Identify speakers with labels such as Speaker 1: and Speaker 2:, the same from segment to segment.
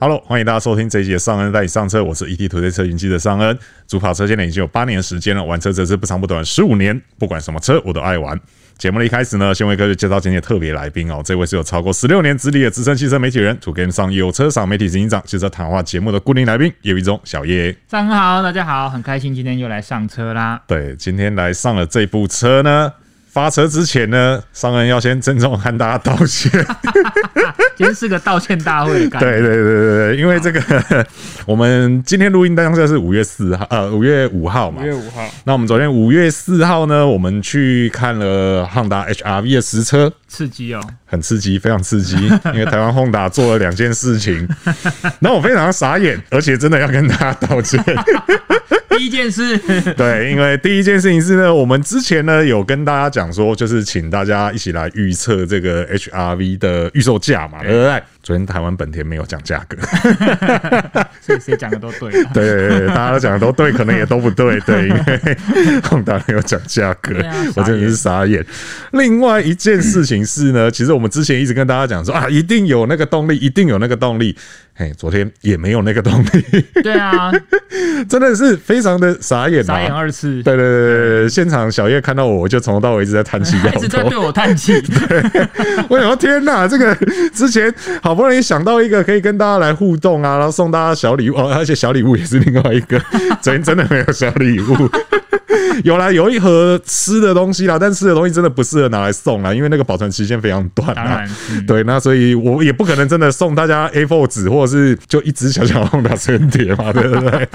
Speaker 1: Hello，欢迎大家收听这一集的尚恩带你上车，我是 ETtoday 车云记的尚恩。主跑车现在已经有八年的时间了，玩车则是不长不短十五年，不管什么车我都爱玩。节目的一开始呢，先为各位介绍今天的特别来宾哦，这位是有超过十六年资历的资深汽车媒体人，To Game 上有车赏媒体执行长，汽车谈话节目的固定来宾叶一中小叶。
Speaker 2: 上恩好，大家好，很开心今天又来上车啦。
Speaker 1: 对，今天来上了这部车呢。发车之前呢，商人要先郑重和大家道歉。
Speaker 2: 今天是个道歉大会的感觉。
Speaker 1: 对对对对对，因为这个 我们今天录音当下是五月四号，呃，五月五号嘛。
Speaker 2: 五号，
Speaker 1: 那我们昨天五月四号呢，我们去看了汉达 HRV 的实车，
Speaker 2: 刺激哦！
Speaker 1: 很刺激，非常刺 激，因为台湾 Honda 做了两件事情，那我非常傻眼，而且真的要跟大家道 歉。
Speaker 2: 第一件事，
Speaker 1: 对，因为第一件事情是呢，我们之前呢有跟大家讲说，就是请大家一起来预测这个 HRV 的预售价嘛，对不对？昨天台湾本田没有讲价格，
Speaker 2: 谁谁讲的都对 啦。
Speaker 1: 对对对，大家都讲的都对，可能也都不对，对，因为 Honda 没有讲价格
Speaker 2: 对啊，
Speaker 1: 我真的是傻眼。另外一件事情是呢，其实我们之前一直跟大家讲说啊，一定有那个动力，一定有那个动力，嘿，昨天也没有那个动力，
Speaker 2: 对啊，
Speaker 1: 真的是非常的傻眼、啊，
Speaker 2: 傻眼二次，
Speaker 1: 对对对对对，现场小叶看到我，我就从头到尾一直在叹气摇
Speaker 2: 一直在
Speaker 1: 头
Speaker 2: 对。我叹气。
Speaker 1: 我想说天哪，这个之前好不容易想到一个可以跟大家来互动啊，然后送大家小礼物、哦，而且小礼物也是另外一个， 昨天真的没有小礼物。 有啦，有一盒吃的东西啦，但吃的东西真的不适合拿来送啊啦，因为那个保存期限非常短
Speaker 2: 当
Speaker 1: 啊
Speaker 2: 然。嗯
Speaker 1: 对，那所以我也不可能真的送大家 A4 纸，或者是就一只小小的红打磁碟嘛，对不 对？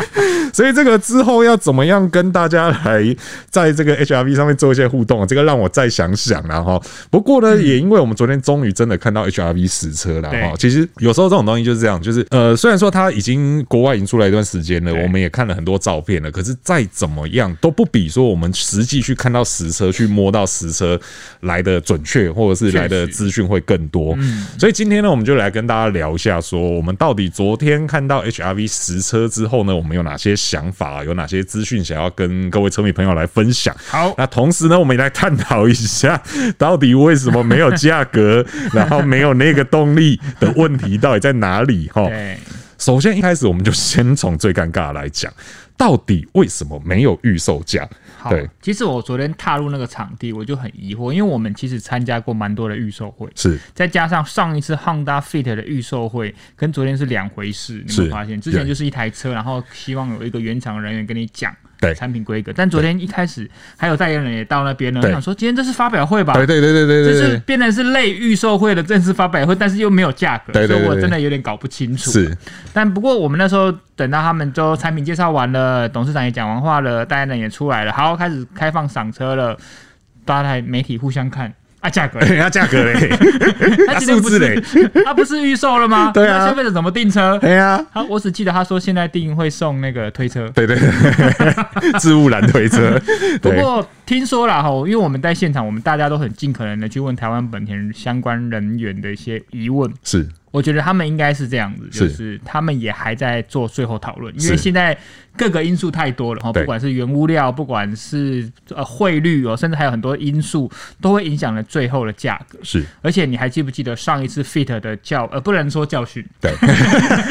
Speaker 1: 所以这个之后要怎么样跟大家来在这个 HRV 上面做一些互动啊，这个让我再想想啦哈。不过呢，也因为我们昨天终于真的看到 HRV 实车了哈
Speaker 2: 嗯对，
Speaker 1: 其实有时候这种东西就是这样，就是呃，虽然说它已经国外已经出来一段时间了，
Speaker 2: 对
Speaker 1: 我们也看了很多照片了，可是再怎么样都不比说我们实际去看到实车、去摸到实车来的准确，或者是来的
Speaker 2: 确实
Speaker 1: 资讯会更多。
Speaker 2: 嗯
Speaker 1: 所以今天呢，我们就来跟大家聊一下说我们到底昨天看到 HRV 实车之后呢，我们有哪些想法，有哪些资讯想要跟各位车迷朋友来分享。
Speaker 2: 好，
Speaker 1: 那同时呢，我们也来探讨一下， 到底为什么没有价格， 然后没有那个动力的问题到底在哪里？哈，
Speaker 2: 对，
Speaker 1: 首先一开始我们就先从最尴尬的来讲，到底为什么没有预售价？
Speaker 2: 好
Speaker 1: 对，。
Speaker 2: 其实我昨天踏入那个场地，我就很疑惑，因为我们其实参加过蛮多的预售会，
Speaker 1: 是
Speaker 2: 再加上上一次 Honda Fit 的预售会跟昨天是两回事，你有没
Speaker 1: 是
Speaker 2: 有发现？之
Speaker 1: 对
Speaker 2: 前就是一台车，然后希望有一个原厂人员跟你讲
Speaker 1: 对
Speaker 2: 产品规格，但昨天一开始还有代言人也到那边了，我
Speaker 1: 对
Speaker 2: 想说今天这是发表会吧？
Speaker 1: 对对对对对
Speaker 2: 就
Speaker 1: 对
Speaker 2: 是
Speaker 1: 对，
Speaker 2: 变成是类预售会的正式发表会，但是又没有价格，
Speaker 1: 对对对
Speaker 2: 所以我
Speaker 1: 对
Speaker 2: 真的有点搞不清楚。
Speaker 1: 是，
Speaker 2: 但不过我们那时候等到他们都产品介绍完了，董事长也讲完话了，代言人也出来了，好，开始开放赏车了，大家还媒体互相看啊，价格
Speaker 1: 人家哎价格嘞，
Speaker 2: 他
Speaker 1: 啊
Speaker 2: 今天
Speaker 1: 数
Speaker 2: 不
Speaker 1: 字嘞
Speaker 2: 是， 他不是预售了吗？
Speaker 1: 对啊
Speaker 2: 那消费者怎么订车？
Speaker 1: 哎呀。
Speaker 2: 他我只记得他说现在订会送那个推车，
Speaker 1: 对对对， 置物栏推车，
Speaker 2: 不
Speaker 1: 对
Speaker 2: 过听说啦哈，因为我们在现场，我们大家都很尽可能的去问台湾本田相关人员的一些疑问。
Speaker 1: 是
Speaker 2: 我觉得他们应该是这样子，
Speaker 1: 是
Speaker 2: 就是他们也还在做最后讨论，因
Speaker 1: 是
Speaker 2: 为现在各个因素太多了哦，
Speaker 1: 对
Speaker 2: 不管是原物料，不管是呃汇率哦，甚至还有很多因素都会影响了最后的价格。
Speaker 1: 是，
Speaker 2: 而且你还记不记得上一次 Fit 的教呃，不能说教训，
Speaker 1: 对，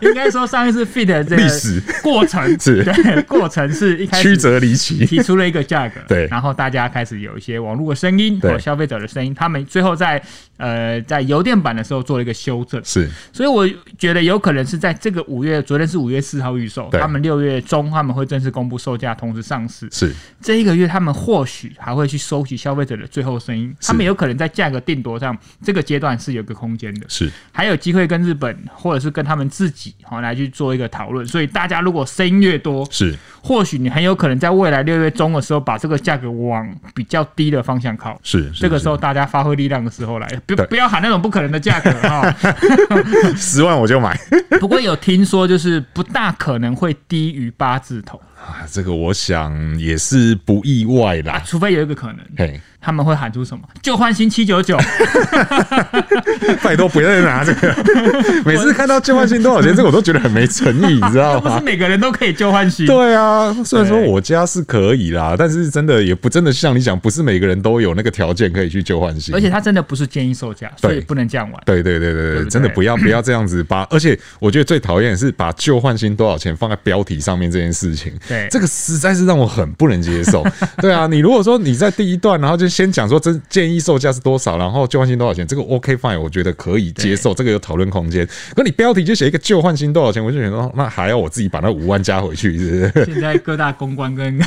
Speaker 2: 应该说上一次 Fit 的这
Speaker 1: 历
Speaker 2: 个
Speaker 1: 史
Speaker 2: 过程
Speaker 1: 是
Speaker 2: 对，过程是一开
Speaker 1: 曲
Speaker 2: 始
Speaker 1: 折离奇，
Speaker 2: 提出了一个价格，
Speaker 1: 对
Speaker 2: 然后大家开始有一些网络的声音
Speaker 1: 对
Speaker 2: 和消费者的声音，他们最后在呃在邮电版的时候做了一个修正，
Speaker 1: 是
Speaker 2: 所以我觉得有可能是在这个五月，昨天是五月四号预售，
Speaker 1: 对
Speaker 2: 他们六月中他们会正式公布售价，同时上市。
Speaker 1: 是
Speaker 2: 这一个月他们或许还会去收集消费者的最后声音，他们有可能在价格定夺上这个阶段是有个空间的，
Speaker 1: 是，
Speaker 2: 还有机会跟日本或者是跟他们自己好、来去做一个讨论。所以大家如果声音越多，
Speaker 1: 是
Speaker 2: 或许你很有可能在未来六月中的时候，把这个价格往比较低的方向靠。
Speaker 1: 是，
Speaker 2: 这个时候大家发挥力量的时候来，不不要喊那种不可能的价格 哈。
Speaker 1: 十万我就买，
Speaker 2: 不过有听说就是不大可能会低于八字头，
Speaker 1: 啊，这个我想也是不意外啦。
Speaker 2: 啊除非有一个可能，
Speaker 1: 嘿，
Speaker 2: 他们会喊出什么？就换新七九九，
Speaker 1: 拜托不要再拿这 个，每次看到旧换新多少钱，这个我都觉得很没诚意，你知道
Speaker 2: 又不是
Speaker 1: 吗？
Speaker 2: 每个人都可以就换新。
Speaker 1: 哦对啊，虽然说我家是可以啦，但是真的也不真的像你讲，不是每个人都有那个条件可以去旧换新，
Speaker 2: 而且它真的不是建议售价，所以不能这样玩。
Speaker 1: 对对对对
Speaker 2: 对
Speaker 1: 对，
Speaker 2: 不
Speaker 1: 真的
Speaker 2: 对
Speaker 1: 不要不要这样子把，而且我觉得最讨厌的是把旧换新多少钱放在标题上面这件事情，
Speaker 2: 对
Speaker 1: 这个实在是让我很不能接受。对啊，你如果说你在第一段，然后就先讲说真建议售价是多少，然后旧换新多少钱，这个 OK fine，我觉得可以接受，这个有讨论空间。可你标题就写一个旧换新多少钱，我就觉得哦那还要我自己把那五万加回去，是不是？
Speaker 2: 现在各大公关跟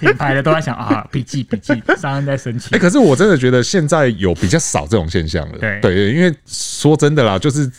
Speaker 2: 品牌的都在想啊，笔记笔记，商人在生气
Speaker 1: 哎、。可是我真的觉得现在有比较少这种现象了。
Speaker 2: 对
Speaker 1: 对，因为说真的啦，就是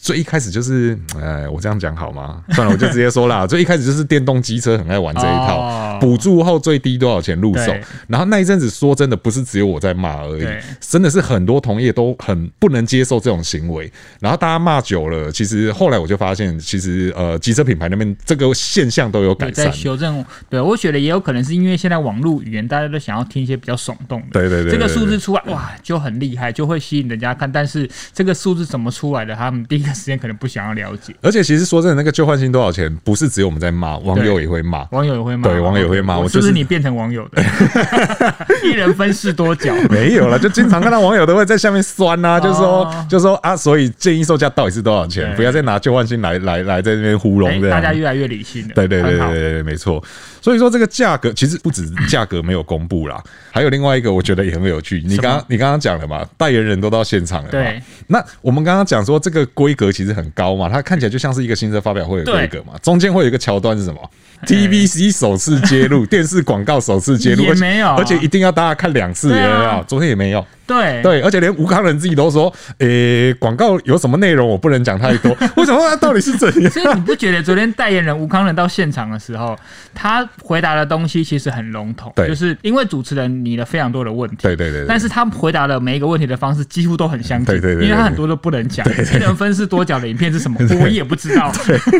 Speaker 1: 最一开始就是，呃，我这样讲好吗？算了，我就直接说啦。最一开始就是电动机车很爱玩这一套
Speaker 2: 哦，
Speaker 1: 补、助后最低多少钱入手
Speaker 2: 对？
Speaker 1: 然后那一阵子说真的，不是只有我在骂而已
Speaker 2: 对，
Speaker 1: 真的是很多同业都很不能接受这种行为。然后大家骂久了，其实后来我就发现，其实呃，机车品牌那边这个现象都有改
Speaker 2: 对，
Speaker 1: 善
Speaker 2: 在。修正。对我觉得也有可能是因为现在网络语言，大家都想要听一些比较耸动的。
Speaker 1: 对对对对
Speaker 2: 这个数
Speaker 1: 对
Speaker 2: 字出来哇就很厉害，就会吸引人家看。但是这个数字怎么出来的，他们第一个时间可能不想要了解。
Speaker 1: 而且其实说真的，那个旧换新多少钱，不是只有我们在骂，网友
Speaker 2: 对
Speaker 1: 也会骂。
Speaker 2: 网友也会骂，
Speaker 1: 对网友也会骂我
Speaker 2: 我
Speaker 1: 就是
Speaker 2: 是不是你变成网友 的？ 一人分饰多角。
Speaker 1: 没有了，就经常看到网友都会在下面酸呐、啊，就说
Speaker 2: 哦
Speaker 1: 就说啊，所以建议售价到底是多少钱？
Speaker 2: 对
Speaker 1: 不要再拿旧换新来来来在那边糊弄
Speaker 2: 哎
Speaker 1: 这样。
Speaker 2: 大家越来越理性了。
Speaker 1: 对对对
Speaker 2: 很好
Speaker 1: 对对对，没错。所以说这个价格其实不止价格没有公布啦，还有另外一个我觉得也很有趣。你刚刚你刚刚讲了嘛，代言人都到现场了嘛。
Speaker 2: 对。
Speaker 1: 那我们刚刚讲说这个规格其实很高嘛，它看起来就像是一个新车发表会的规格嘛，中间会有一个桥段是什么？TVC
Speaker 2: 哎
Speaker 1: 首次揭露，电视广告首次揭露，
Speaker 2: 也
Speaker 1: 而且
Speaker 2: 没有啊
Speaker 1: 而且一定要大家看两次，有
Speaker 2: 对
Speaker 1: 没
Speaker 2: 啊
Speaker 1: 有？昨天也没有。
Speaker 2: 对
Speaker 1: 对，而且连吴康仁自己都说，诶、广告有什么内容我不能讲太 多。我想问他到底是怎样？
Speaker 2: 所以你不觉得昨天代言人吴康仁到现场的时候，他回答的东西其实很笼统，
Speaker 1: 对
Speaker 2: 就是因为主持人拟了非常多的问题，
Speaker 1: 对对对对
Speaker 2: 但是他回答的每一个问题的方式几乎都很相近，
Speaker 1: 对对对对
Speaker 2: 因为他很多都不能讲，一人分饰多角的影片是 什么，我也不知道，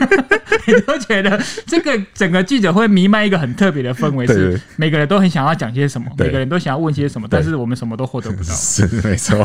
Speaker 2: 你都觉得这个整个记者会弥漫一个很特别的氛围，
Speaker 1: 对对
Speaker 2: 是每个人都很想要讲些什么，
Speaker 1: 对
Speaker 2: 每个人都想要问些什么，但是我们什么都获得不到。
Speaker 1: 是没 错，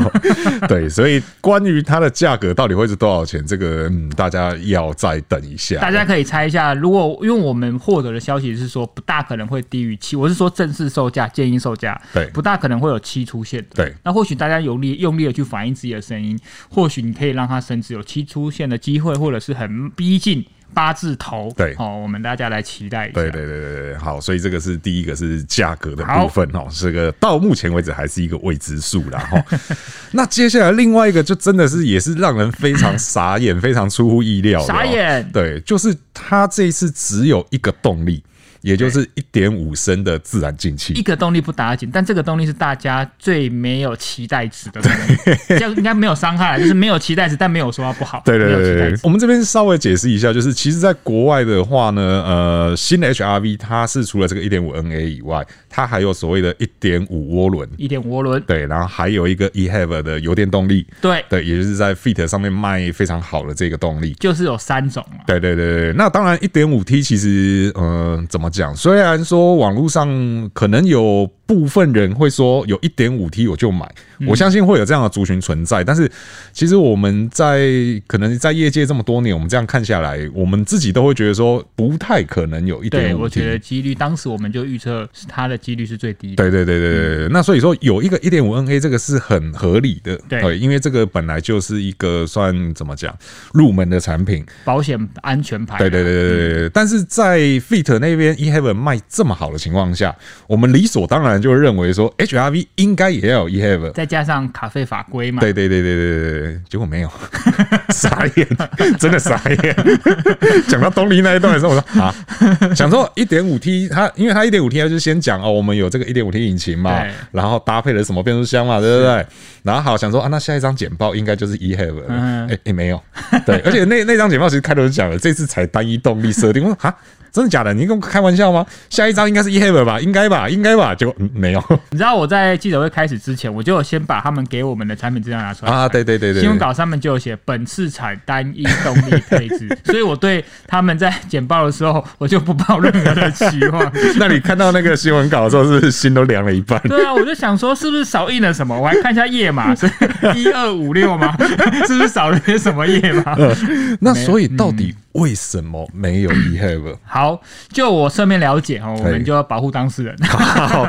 Speaker 1: 对，所以关于它的价格到底会是多少钱，这个嗯，大家要再等一下。
Speaker 2: 大家可以猜一下，如果因为我们获得的消息是说不大可能会低于七，我是说正式售价、建议售价，
Speaker 1: 对
Speaker 2: 不大可能会有七出现的。
Speaker 1: 对
Speaker 2: 那或许大家有力用力的去反映自己的声音，或许你可以让它甚至有七出现的机会，或者是很逼近八字头。
Speaker 1: 对
Speaker 2: 好、我们大家来期待一下。
Speaker 1: 对对对对对，好，所以这个是第一个是价格的部
Speaker 2: 好
Speaker 1: 分哦，这个到目前为止还是一个未知数啦哈。 那接下来另外一个就真的是也是让人非常傻眼，非常出乎意料的哦，
Speaker 2: 傻眼
Speaker 1: 对，就是它这一次只有一个动力，也就是一点五升的自然进
Speaker 2: 一
Speaker 1: 气。
Speaker 2: 个动力不打紧，但这个动力是大家最没有期待值的动力， 这样应该没有伤害，啊就是没有期待值，但没有说它不好，
Speaker 1: 对对
Speaker 2: 没有
Speaker 1: 对
Speaker 2: 期待
Speaker 1: 对
Speaker 2: 值
Speaker 1: 对，我们这边稍微解释一下，就是其实，在国外的话呢，呃，新的 HRV 它是除了这个一点五 NA 以外，它还有所谓的一点五涡轮，
Speaker 2: 一点涡轮，
Speaker 1: 对，然后还有一个 eHave 的油电动力，
Speaker 2: 对，
Speaker 1: 对，也就是在 Fit 上面卖非常好的这个动力。
Speaker 2: 就是有三种嘛。
Speaker 1: 对对对对，那当然，一点五 T 其实，呃，怎么讲？虽然说网络上可能有部分人会说有一点五 T 我就买，
Speaker 2: 嗯
Speaker 1: 我相信会有这样的族群存在。但是，其实我们在可能在业界这么多年，我们这样看下来，我们自己都会觉得说不太可能有一
Speaker 2: 对，
Speaker 1: 点五
Speaker 2: 我
Speaker 1: T
Speaker 2: 觉。得几率，当时我们就预测是它的几率是最低的。
Speaker 1: 嗯对对对对对对，那所以说有一个一点五 NA 这个是很合理的，
Speaker 2: 对
Speaker 1: 因为这个本来就是一个算怎么讲入门的产品，
Speaker 2: 保险安全牌。啊
Speaker 1: 对对对对对对，但是在 Fit 那边 eHaven 卖这么好的情况下，我们理所当然就会认为说 HRV 应该也要有 E eHaven。
Speaker 2: 再加上卡费法规嘛。
Speaker 1: 对对对对对对对，结果没有，傻眼，真的傻眼。讲到东林那一段的时候，我说啊，想说一点五 T，它因为它一点五 T，它就先讲哦，我们有这个一点五 T 引擎嘛
Speaker 2: 对，
Speaker 1: 然后搭配了什么变速箱嘛，对不对？然后好想说啊，那下一张简报应该就是 eHaven，哎
Speaker 2: 嗯
Speaker 1: 哎、没有，对，而且那那张简报其实开头就讲了，这次采单一动力设定，我说啊。真的假的？你跟我开玩笑吗？下一张应该是 e h a v e 吧？应该吧？应该吧？结果、嗯、没有
Speaker 2: 你知道我在记者会开始之前，我就有先把他们给我们的产品资料拿出来
Speaker 1: 啊！
Speaker 2: 看
Speaker 1: 对对对对，
Speaker 2: 新闻稿上面就有写本次产单一动力配置，所以我对他们在简报的时候，我就不抱任何的期望。
Speaker 1: 那你看到那个新闻稿的时候，是不是心都凉了一半？
Speaker 2: 对啊，我就想说是不是少印了什么？我还看一下页码是 一二五六吗？是不是少了些什么页码？
Speaker 1: 嗯那所以到底为什么没有 e h a v e
Speaker 2: 好，就我侧面了解哦，我
Speaker 1: 嘿
Speaker 2: 们就要保护当事 人，
Speaker 1: 好，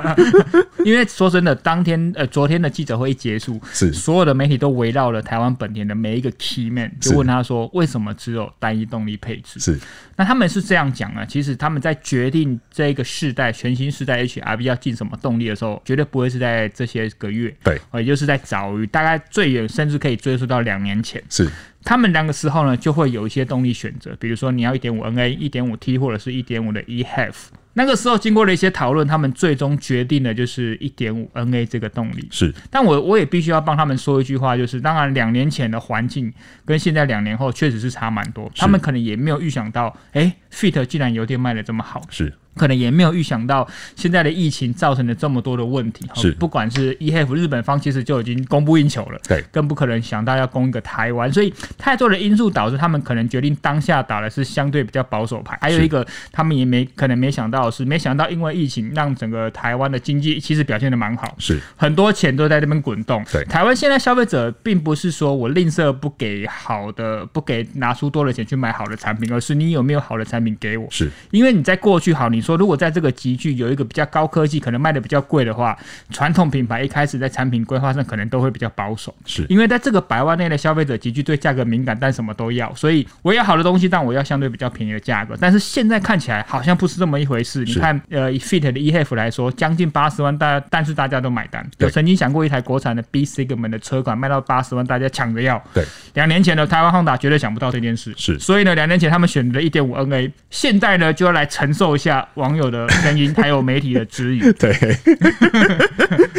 Speaker 2: 因为说真的，当天呃昨天的记者会一结束，
Speaker 1: 是
Speaker 2: 所有的媒体都围绕了台湾本田的每一个 key man，就是问他说为什么只有单一动力配置？
Speaker 1: 是
Speaker 2: 那他们是这样讲啊，其实他们在决定这个世代全新世代 HRV 要进什么动力的时候，绝对不会是在这些个月，
Speaker 1: 对，
Speaker 2: 呃也就是在早于大概最远甚至可以追溯到两年前。
Speaker 1: 是
Speaker 2: 他们两个时候呢，就会有一些动力选择，比如说你要一点五 NA、一点五 T 或者是一点五的 EHF。那个时候经过了一些讨论，他们最终决定的就是一点五 NA 这个动力。
Speaker 1: 是
Speaker 2: 但我我也必须要帮他们说一句话，就是当然两年前的环境跟现在两年后确实是差蛮多，他们可能也没有预想到，哎、f i t 竟然油电卖的这么好，
Speaker 1: 是
Speaker 2: 可能也没有预想到现在的疫情造成了这么多的问题。哦
Speaker 1: 是
Speaker 2: 不管是 EHF 日本方其实就已经供不应求了，
Speaker 1: 对，
Speaker 2: 更不可能想到要供一个台湾，所以太多的因素导致他们可能决定当下打的是相对比较保守牌。还有
Speaker 1: 是
Speaker 2: 一个，他们也没可能没想到的是，没想到因为疫情让整个台湾的经济其实表现的蛮好，
Speaker 1: 是
Speaker 2: 很多钱都在那边滚动。
Speaker 1: 对
Speaker 2: 台湾现在消费者并不是说我吝啬不给好的，不给拿出多的钱去买好的产品，而是你有没有好的产品给我。
Speaker 1: 是
Speaker 2: 因为你在过去好，你说如果在这个集聚有一个比较高科技，可能卖的比较贵的话，传统品牌一开始在产品规划上可能都会比较保守。
Speaker 1: 是
Speaker 2: 因为在这个百万内的消费者集聚对价格敏感，但什么都要，所以我要好的东西，但我要相对比较便宜的价格。但是现在看起来好像不是这么一回事。你
Speaker 1: 是
Speaker 2: 看，呃以，Fit 的 EHF 来说，将近八十万大，但是大家都买单。
Speaker 1: 对
Speaker 2: 有曾经想过一台国产的 B Segment 的车款卖到八十万，大家抢着要。
Speaker 1: 对，
Speaker 2: 两年前的台湾 Honda 绝对想不到这件事。
Speaker 1: 是
Speaker 2: 所以呢，两年前他们选择了1.5 NA，现在呢就要来承受一下网友的声音，还有媒体的质疑。
Speaker 1: 对。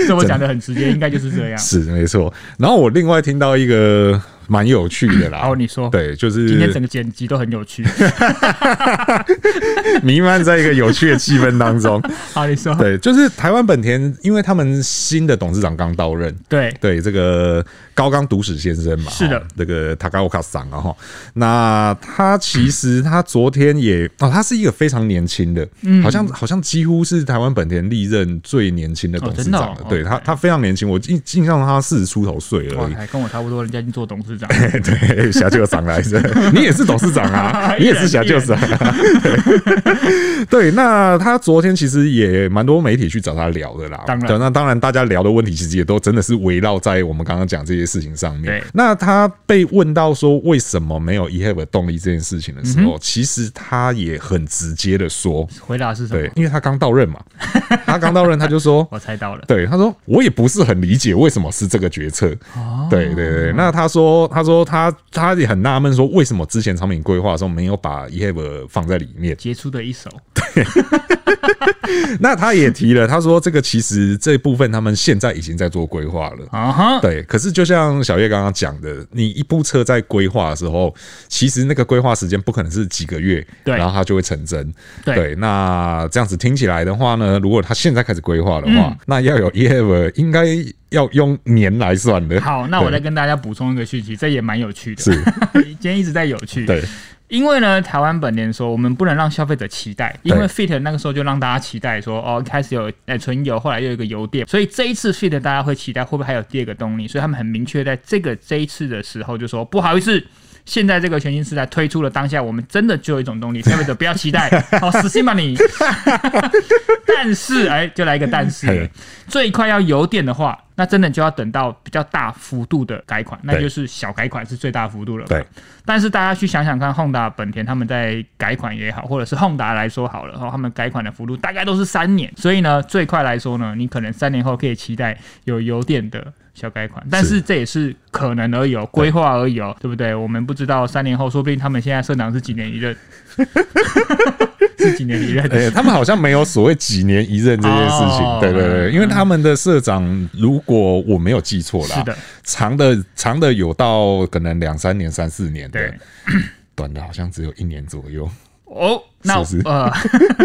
Speaker 2: 这我讲的很直接，应该就是这样。
Speaker 1: 是没错。然后我另外听到一个蛮有趣的 啦，
Speaker 2: 哦你说
Speaker 1: 对，就
Speaker 2: 今天整
Speaker 1: 是
Speaker 2: 个剪辑都很有趣。
Speaker 1: 弥漫在一个有趣的气氛当中。
Speaker 2: 好，你说。
Speaker 1: 对，就是台湾本田，因为他们新的董事长刚到任，
Speaker 2: 对
Speaker 1: 对这个高冈独史先生嘛，
Speaker 2: 是的
Speaker 1: 哦这个塔高卡桑啊哈，那他其实他昨天也哦，他是一个非常年轻的，
Speaker 2: 嗯
Speaker 1: 好像好像几乎是台湾本田历任最年轻的董事
Speaker 2: 真的哦
Speaker 1: 长了，对他
Speaker 2: OK
Speaker 1: 他非常年轻，我印印象中他四十出头岁而
Speaker 2: 哇，
Speaker 1: 已，
Speaker 2: 还跟我差不多，人家已经做董事长。
Speaker 1: 对，小舅长来 着，你也是董事长啊，你也是小舅长、啊。 对，那他昨天其实也蛮多媒体去找他聊的啦。
Speaker 2: 当然
Speaker 1: 对那当然大家聊的问题其实也都真的是围绕在我们刚刚讲这些事情上面
Speaker 2: 对。
Speaker 1: 那他被问到说为什么没有 EHEV 动力这件事情的时候，其实他也很直接的说，
Speaker 2: 回答嗯是什
Speaker 1: 对
Speaker 2: 么，？
Speaker 1: 因为他刚到 任嘛，他刚到任他就说，
Speaker 2: 我猜到了。
Speaker 1: 对，他说我也不是很理解为什么是这个决策。对对对，那他说他说他他也很纳闷说为什么之前产品规划的时候没有把 EHEV 放在里面。
Speaker 2: 杰出的一手，
Speaker 1: 那他也提了，他说这个其实这部分他们现在已经在做规划了。
Speaker 2: 啊哈，
Speaker 1: 对，可是就像小叶刚刚讲的，你一部车在规划的时候，其实那个规划时间不可能是几个月，
Speaker 2: 对
Speaker 1: 然后它就会成真。
Speaker 2: 对
Speaker 1: 那这样子听起来的话呢，如果他现在开始规划的话，
Speaker 2: 嗯
Speaker 1: 那要有 EHEV 应该要用年来算的。
Speaker 2: 好，那我
Speaker 1: 对
Speaker 2: 再跟大家补充一个讯息，这也蛮有趣的。
Speaker 1: 是
Speaker 2: 今天一直在有趣。
Speaker 1: 对，
Speaker 2: 因为呢，台湾本田说我们不能让消费者期待，因为 Fit 那个时候就让大家期待说，哦，开始有呃纯油，后来又有一个油电，所以这一次 Fit 大家会期待会不会还有第二个动力，所以他们很明确在这个这一次的时候就说，不好意思。现在这个全新时代推出了当下，我们真的只有一种动力，消费者不要 期待，好死心吧你。但是，哎，就来一个但是了
Speaker 1: 嘿，
Speaker 2: 最快要油电的话，那真的就要等到比较大幅度的改款，那
Speaker 1: 对
Speaker 2: 就是小改款是最大幅度了。
Speaker 1: 对，
Speaker 2: 但是大家去想想看，Honda、本田他们在改款也好，或者是 Honda 来说好了，然后他们改款的幅度大概都是三年，所以呢，最快来说呢，你可能三年后可以期待有油电的。小改款，但是这也是可能而已哦，规划而已哦，对不对？我们不知道三年后，说不定他们现在社长是几年 一任， 是几年一任。
Speaker 1: 哎、他们好像没有所谓几年一任这件事情。
Speaker 2: 哦
Speaker 1: 对对对，因为他们的社长，如果我没有记错啦，
Speaker 2: 是的，
Speaker 1: 长的长的有到可能两三年、三四年的
Speaker 2: 对，
Speaker 1: 短的好像只有一年左右。
Speaker 2: 哦，那
Speaker 1: 是不是
Speaker 2: 呃，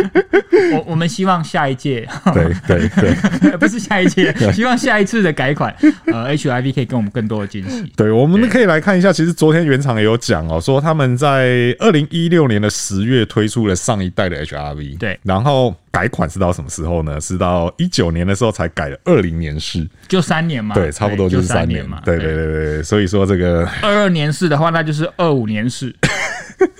Speaker 2: 我我们希望下一届，
Speaker 1: 对对对
Speaker 2: 不是下一 届，希望下一次的改款，呃，HIV 可以给我们更多的惊喜。
Speaker 1: 对，我们可以来看一下，其实昨天原厂也有讲哦，说他们在二零一六年的十月推出了上一代的 HRV，
Speaker 2: 对
Speaker 1: 然后改款是到什么时候呢？是到一九年的时候才改了二零年式，
Speaker 2: 就三年嘛，
Speaker 1: 对，差不多就是
Speaker 2: 啊三
Speaker 1: 三年
Speaker 2: 嘛。
Speaker 1: 对对对对，对所以说这 个
Speaker 2: 二二年式的话，那就是二五年 式，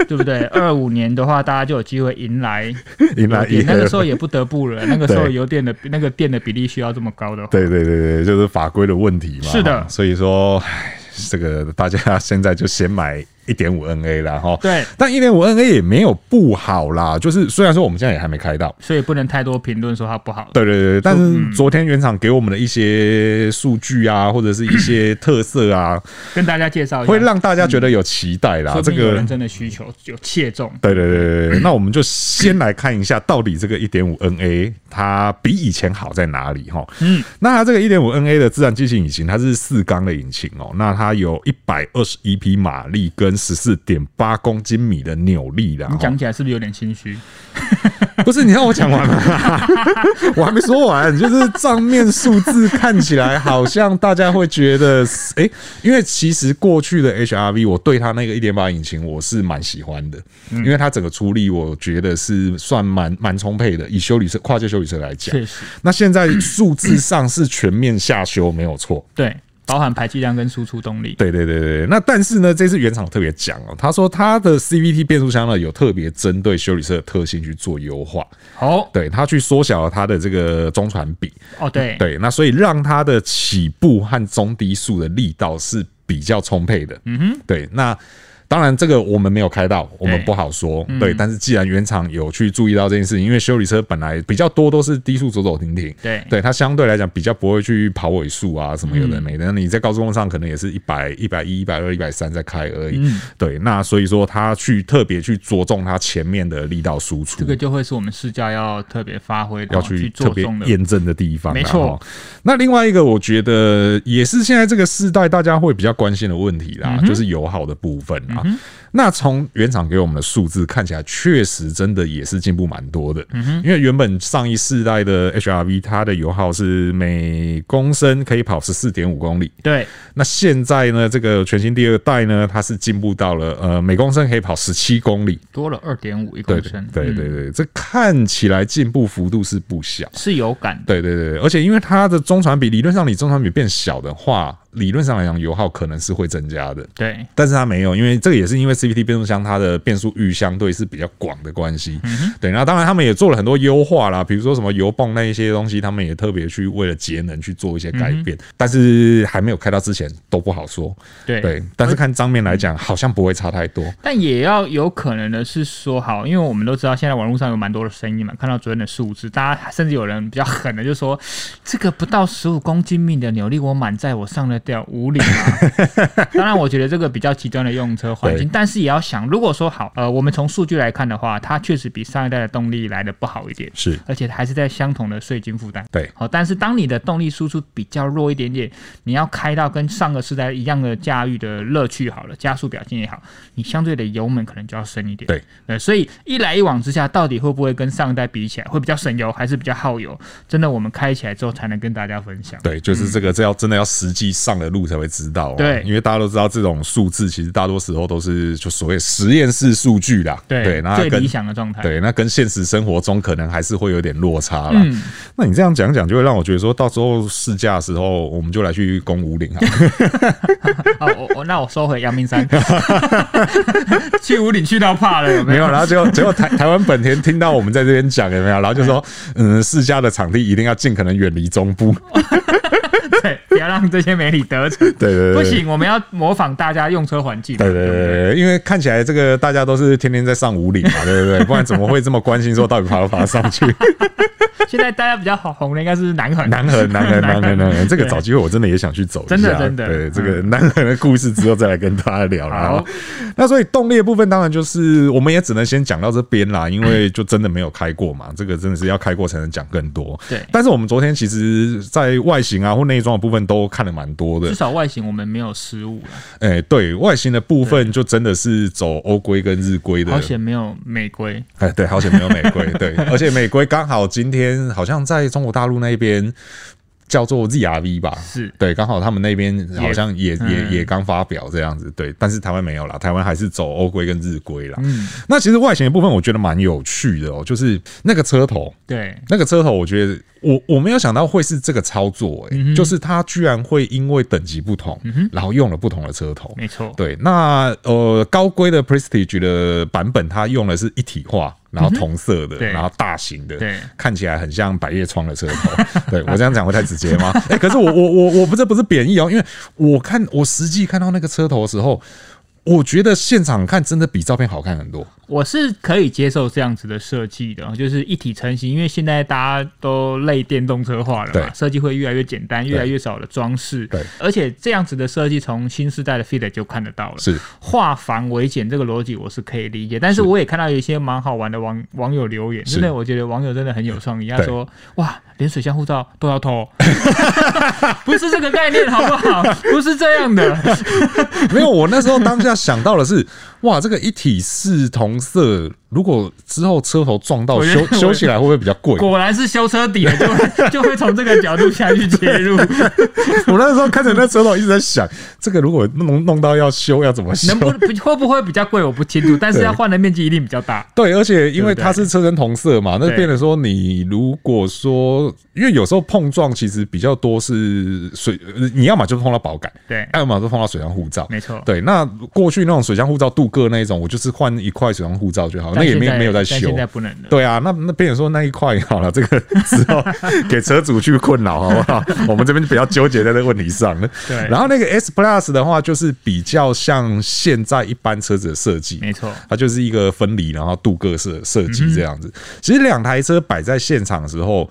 Speaker 2: 对不对？二五年的话，大家就有机会迎 来
Speaker 1: 迎来
Speaker 2: 邮电
Speaker 1: 一
Speaker 2: 那个时
Speaker 1: 个。
Speaker 2: 候也不得不了，那个时候
Speaker 1: 对
Speaker 2: 邮电的那个电的比例需要这么高的话，
Speaker 1: 对对对对，就是法规的问题嘛。
Speaker 2: 是的
Speaker 1: 哈所以说，唉这个大家现在就先买一点五 NA 啦，哈。
Speaker 2: 对
Speaker 1: 但一点五 NA 也没有不好啦，就是虽然说我们现在也还没开到，
Speaker 2: 所以不能太多评论说它不好。
Speaker 1: 对对对对，但
Speaker 2: 嗯
Speaker 1: 是昨天原厂给我们的一些数据啊，或者是一些特色啊，
Speaker 2: 跟大家介绍一下，
Speaker 1: 会让大家觉得有期待啦。
Speaker 2: 嗯啊说
Speaker 1: 这
Speaker 2: 不定有
Speaker 1: 个
Speaker 2: 人真的需求有切中。
Speaker 1: 对对对对对，那我们就先来看一下，到底这个一点五 NA 它比以前好在哪里哈？嗯，那它这个一点五 NA 的自然进气引擎，它是四缸的引擎哦，那它有一百二十一匹马力跟十四点八公斤米的扭力啦。
Speaker 2: 你
Speaker 1: 齁
Speaker 2: 讲起来是不是有点心虚？
Speaker 1: 不是你让我讲完吗？ 我还没说完，就是账面数字看起来好像大家会觉得，诶，因为其实过去的 HRV 我对它那个一点八引擎我是蛮喜欢的，因为它整个出力我觉得是算蛮蛮充沛的，以修理车跨界修理车来讲，
Speaker 2: 确实，
Speaker 1: 那现在数字上是全面下修，没有错。
Speaker 2: 对，包含排气量跟输出动力。
Speaker 1: 对对对对，对那但是呢，这次原厂特别讲哦，他说他的 CVT 变速箱呢有特别针对修理车的特性去做优化，
Speaker 2: 哦
Speaker 1: 对，它去缩小了它的这个中传比，
Speaker 2: 哦，对，
Speaker 1: 对，那所以让它的起步和中低速的力道是比较充沛的。嗯哼，对，那。当然，这个我们没有开到，我们
Speaker 2: 对嗯
Speaker 1: 不好说。对，但是既然原厂有去注意到这件事情，因为修理车本来比较多都是低速走走停停，
Speaker 2: 对嗯
Speaker 1: 对，它相对来讲比较不会去跑尾数啊什么有的没的。那你在高速公路上可能也是一百、一百一、一百二、一百三在开而已。
Speaker 2: 嗯
Speaker 1: 对，那所以说它去特别去着重它前面的力道输出，
Speaker 2: 这个就会是我们试驾要特别发挥的，
Speaker 1: 要
Speaker 2: 哦去
Speaker 1: 去
Speaker 2: 做
Speaker 1: 特别
Speaker 2: 重的
Speaker 1: 验证的地方啦。
Speaker 2: 没错
Speaker 1: 齁。那另外一个，我觉得也是现在这个世代大家会比较关心的问题
Speaker 2: 嗯
Speaker 1: 啦，就是油耗的部分啦。那从原厂给我们的数字看起来，确实真的也是进步蛮多的。
Speaker 2: 嗯
Speaker 1: 因为原本上一世代的 HRV 它的油耗是每公升可以跑十四点五公里，
Speaker 2: 对，
Speaker 1: 那现在呢，这个全新第二代呢，它是进步到了呃每公升可以跑十七公里。
Speaker 2: 多了二点五一
Speaker 1: 对
Speaker 2: 公
Speaker 1: 对
Speaker 2: 升，
Speaker 1: 对
Speaker 2: 嗯
Speaker 1: 对对，这看起来进步幅度是不小。
Speaker 2: 是有感的。
Speaker 1: 对对对，而且因为它的中传比，理论上你中传比变小的话，理论上来讲油耗可能是会增加的，
Speaker 2: 对，
Speaker 1: 但是它没有，因为这个也是因为 CVT 变速箱它的变速域相对是比较广的关系。对，那当然他们也做了很多优化啦，比如说什么油泵那一些东西，他们也特别去为了节能去做一些改变，但是还没有开到之前都不好说。
Speaker 2: 对
Speaker 1: 对，但是看账面来讲，好像不会差太多。
Speaker 2: 但也要有可能的是说，好，因为我们都知道现在网络上有蛮多的声音嘛，看到昨天的数字，大家甚至有人比较狠的就说，这个不到十五公斤米的扭力，我满载我上得掉无理吗？当然，我觉得这个比较极端的用车环境，
Speaker 1: 对
Speaker 2: 但是也要想，如果说好，呃，我们从数据来看的话，它确实比上一代的动力来的不好一点，
Speaker 1: 是
Speaker 2: 而且还是在相同的税金负担。
Speaker 1: 对
Speaker 2: 好，但是当你的动力输出比较弱一点点，你要开到跟上个世代一样的驾驭的乐趣好了，加速表现也好，你相对的油门可能就要深一点。
Speaker 1: 对，
Speaker 2: 呃，所以一来一往之下，到底会不会跟上一代比起来，会比较省油还是比较耗油？真的，我们开起来之后才能跟大家分享。
Speaker 1: 对，就是这个，这要真的要实际上了路才会知道、啊。
Speaker 2: 嗯对
Speaker 1: 因为大家都知道这种数字，其实大多时候都是就所谓实验室数据啦。对，那它
Speaker 2: 最
Speaker 1: 跟
Speaker 2: 理想的状态。
Speaker 1: 对，那跟现实生活中可能还是会有点落差啦。
Speaker 2: 嗯
Speaker 1: 那你这样讲讲，就会让我觉得说到时候试驾的时候，我们就来去攻五岭啊。
Speaker 2: 哦，我我那我收回阳明山， 去五岭去到怕了，有没
Speaker 1: 没
Speaker 2: 有？
Speaker 1: 有，然后结果结果台台湾本田听到我们在这边讲有没有，然后就说，嗯，试驾的场地一定要尽可能远离中部。
Speaker 2: 哦对，不要让这些媒体得逞。
Speaker 1: 对对对，
Speaker 2: 不
Speaker 1: 对。
Speaker 2: 行，我们要模仿大家用车环境嘛。
Speaker 1: 对对
Speaker 2: 不
Speaker 1: 对对，因为看起来这个大家都是天天在上五岭嘛，对不对？不然怎么会这么关心说到底爬不爬得上去？
Speaker 2: 现在大家比较好红的应该是南横，
Speaker 1: 南横，南横，南横，南横，这个
Speaker 2: 对
Speaker 1: 找机会我真的也想去走一下。
Speaker 2: 真的真的
Speaker 1: 对这个南横的故事之后再来跟大家聊啦。
Speaker 2: 好
Speaker 1: 好那所以动力的部分当然就是我们也只能先讲到这边啦，因为就真的没有开过嘛，这个真的是要开过才能讲更多。
Speaker 2: 对
Speaker 1: 但是我们昨天其实在外形啊或内内装的部分都看了蛮多的
Speaker 2: 至。少外形我们没有失误了，
Speaker 1: 哎、对外形的部分就真的是走欧规跟日规的
Speaker 2: 好，险没有玫瑰。
Speaker 1: 哎，对，好险没有美规，对，而且美规刚好今天好像在中国大陆那边叫做 ZRV 吧，
Speaker 2: 是
Speaker 1: 对，刚好他们那边好像也也
Speaker 2: 嗯
Speaker 1: 也刚发表这样子，对，但是台湾没有啦，台湾还是走欧规跟日规啦。嗯，那其实外形的部分我觉得蛮有趣的哦，就是那个车头，
Speaker 2: 对，
Speaker 1: 那个车头，我觉得我我没有想到会是这个操作、欸，就是它居然会因为等级不同，然后用了不同的车头。
Speaker 2: 没错，
Speaker 1: 对，那呃高规的 Prestige 的版本，它用的是一体化，然后同色的，
Speaker 2: 嗯对
Speaker 1: 然后大型的，
Speaker 2: 对
Speaker 1: 看起来很像百叶窗的车头。 对我这样讲会太直接吗？哎、可是我我我我不这不是贬义哦，因为我看我实际看到那个车头的时候，我觉得现场看真的比照片好看很多。
Speaker 2: 我是可以接受这样子的设计的，就是一体成型，因为现在大家都类电动车化了嘛，
Speaker 1: 对
Speaker 2: 设计会越来越简单，越来越少的装饰。
Speaker 1: 对
Speaker 2: 而且这样子的设计从新时代的 Fit 就看得到了。
Speaker 1: 是
Speaker 2: 化繁为简这个逻辑我是可以理解，但是我也看到有一些蛮好玩的网网友留言，真的我觉得网友真的很有创意，他
Speaker 1: 对
Speaker 2: 说哇，连水箱护照都要偷， 不是这个概念好不好？不是这 样的，
Speaker 1: 没有，我那时候当下想到的是，哇，这个一体式同色，如果之后车头撞到
Speaker 2: 我觉得
Speaker 1: 修
Speaker 2: 我
Speaker 1: 修起来会不会比较贵？
Speaker 2: 果然是修车底了，就会就会从这个角度下去切入，
Speaker 1: 我那时候看着那车头一直在想，这个如果弄弄到要修要怎么修
Speaker 2: 能？不不会不会比较贵我不清 楚，但是
Speaker 1: 对哦
Speaker 2: 要换的面积一定比较大。
Speaker 1: 对，而且因为
Speaker 2: 对不对
Speaker 1: 它是车身同色嘛，那
Speaker 2: 对
Speaker 1: 变得说你如果说，因为有时候碰撞其实比较多是水，呃你要么就碰到保杆，
Speaker 2: 对，
Speaker 1: 要么就碰到水箱护罩，
Speaker 2: 没错
Speaker 1: 对，那过去那种水箱护罩镀铬那一种，我就是换一块水箱护罩就好，那
Speaker 2: 但
Speaker 1: 也没
Speaker 2: 现
Speaker 1: 有没有在
Speaker 2: 但
Speaker 1: 修，
Speaker 2: 现在不能了。
Speaker 1: 对啊，那那别人说那一块好了，这个之后给车主去困扰好不好？我们这边就比较纠结在这个问题上了。
Speaker 2: 对
Speaker 1: 然后那个 S Plus 的话，就是比较像现在一般车子的设计，
Speaker 2: 没错
Speaker 1: 它就是一个分离，然后镀铬设设计这
Speaker 2: 嗯
Speaker 1: 样子。其实两台车摆在现场的时候，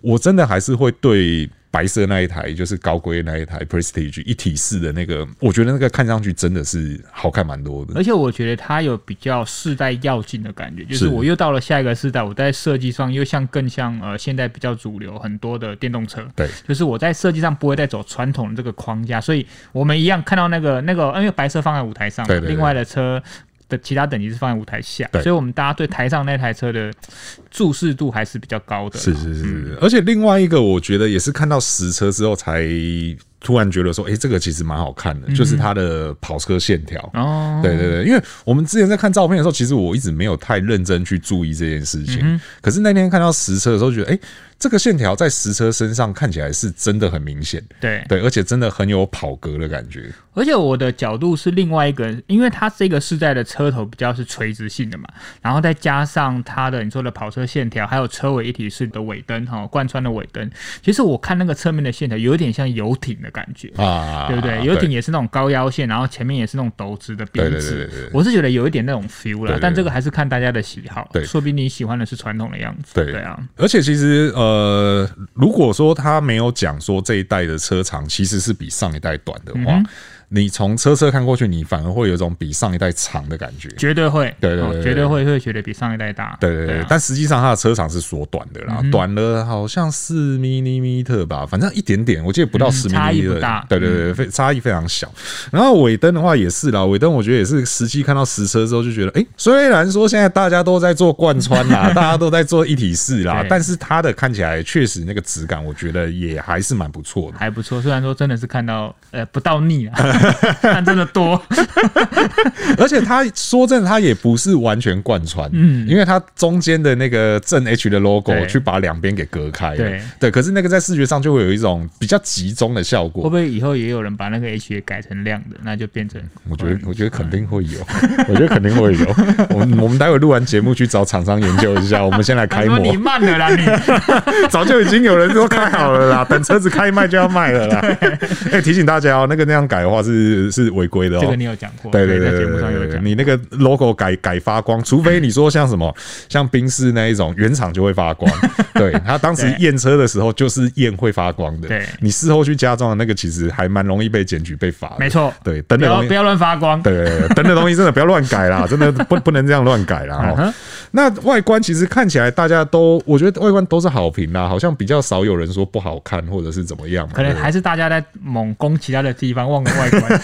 Speaker 1: 我真的还是会对。白色那一台就是高规那一台 Prestige 一体式的那个，我觉得那个看上去真的是好看蛮多的。
Speaker 2: 而且我觉得它有比较世代要进的感觉，就是
Speaker 1: 是
Speaker 2: 我又到了下一个世代，我在设计上又像更像呃现在比较主流很多的电动车，
Speaker 1: 对，
Speaker 2: 就是我在设计上不会再走传统的这个框架，所以我们一样看到那个那个，呃因为白色放在舞台上嘛，
Speaker 1: 对对对
Speaker 2: 另外的车。的其他等级是放在舞台下，
Speaker 1: 对
Speaker 2: 所以我们大家对台上那台车的注视度还是比较高的。
Speaker 1: 是是是是，啊嗯而且另外一个，我觉得也是看到实车之后，才突然觉得说，哎、这个其实蛮好看的，就是它的跑车线条。
Speaker 2: 嗯哦，
Speaker 1: 对对对，因为我们之前在看照片的时候，其实我一直没有太认真去注意这件事情。
Speaker 2: 嗯
Speaker 1: 可是那天看到实车的时候，觉得哎、诶这个线条在实车身上看起来是真的很明显，
Speaker 2: 对
Speaker 1: 对，而且真的很有跑格的感觉。
Speaker 2: 而且我的角度是另外一个，因为它这个世代的车头比较是垂直性的嘛，然后再加上它的你说的跑车线条，还有车尾一体式的尾灯哈，贯穿的尾灯，其实我看那个侧面的线条有点像游艇的感觉。
Speaker 1: 啊，
Speaker 2: 对不对？游艇也是那种高腰线，然后前面也是那种陡直的编
Speaker 1: 对对对
Speaker 2: 制
Speaker 1: 对对，
Speaker 2: 我是觉得有一点那种 feel
Speaker 1: 对
Speaker 2: 了
Speaker 1: 对，
Speaker 2: 但这个还是看大家的喜好
Speaker 1: 对，
Speaker 2: 说不定你喜欢的是传统的样子。
Speaker 1: 对
Speaker 2: 对啊，
Speaker 1: 而且其实呃，如果说他没有讲说这一代的车长其实是比上一代短的话，你从车车看过去，你反而会有一种比上一代长的感觉。
Speaker 2: 绝对会，
Speaker 1: 对对
Speaker 2: 哦
Speaker 1: 对对
Speaker 2: 绝对会会觉得比上一代大。
Speaker 1: 对对对，
Speaker 2: 啊嗯
Speaker 1: 但实际上它的车长是缩短的啦，短了好像四 m m 吧，反正一点点，我记得不到十 m
Speaker 2: 嗯差
Speaker 1: m
Speaker 2: 异不大嗯
Speaker 1: 对对对，非差异非常小。然后尾灯的话也是啦，尾灯我觉得也是实际看到实车之后就觉得，哎，虽然说现在大家都在做贯穿 啦，大家都在做一体式啦
Speaker 2: 对，
Speaker 1: 但是它的看起来确实那个质感，我觉得也还是蛮不错的。
Speaker 2: 还不错，虽然说真的是看到呃不到腻啊， 但真的 多。
Speaker 1: 而且它说真的，它也不是完全贯穿，嗯，因为它中间的那个正 H 的 logo
Speaker 2: 对
Speaker 1: 去把两边给隔开了，
Speaker 2: 对
Speaker 1: 对，可是那个在视觉上就会有一种比较集中的效
Speaker 2: 会不
Speaker 1: 果。
Speaker 2: 会以后也有人把那个 H 也改成亮的，那就变成哦
Speaker 1: 我觉得，我觉得肯定会 有，我觉得肯定会有。我们我们待会录完节目去找厂商研究一 下。我啊们先来
Speaker 2: 他
Speaker 1: 开模，
Speaker 2: 说啊你慢了 啦，你
Speaker 1: 早就已经有人说开好了 啦，等车子开卖就要卖了啦。 哎、提醒大家哦，那个那样改的话是是违规的哦。
Speaker 2: 这个你有讲过，
Speaker 1: 对对对
Speaker 2: 在
Speaker 1: 对
Speaker 2: 节目上
Speaker 1: 对
Speaker 2: 有
Speaker 1: 对对，
Speaker 2: 讲。
Speaker 1: 你那个 logo 改改发光，除非你说像什 么像宾士那一种原厂就会发光，对，它当时
Speaker 2: 对
Speaker 1: 验车的时候就是验会发光的，
Speaker 2: 对
Speaker 1: 你事后去加装的那个其实还蛮容易被检举被罚的，
Speaker 2: 没错
Speaker 1: 对，等
Speaker 2: 不
Speaker 1: 等
Speaker 2: 要
Speaker 1: 东西
Speaker 2: 不。要乱发光，
Speaker 1: 对对对，对等等东西真的不要乱改啦，真的不不能这样乱改啦。
Speaker 2: 嗯
Speaker 1: 哦
Speaker 2: 哼，
Speaker 1: 那外观其实看起来大家都，我觉得外观都是好评啦，好像比较少有人说不好看或者是怎么样嘛。
Speaker 2: 可能还是大家在猛攻其他的地方，忘了 外观。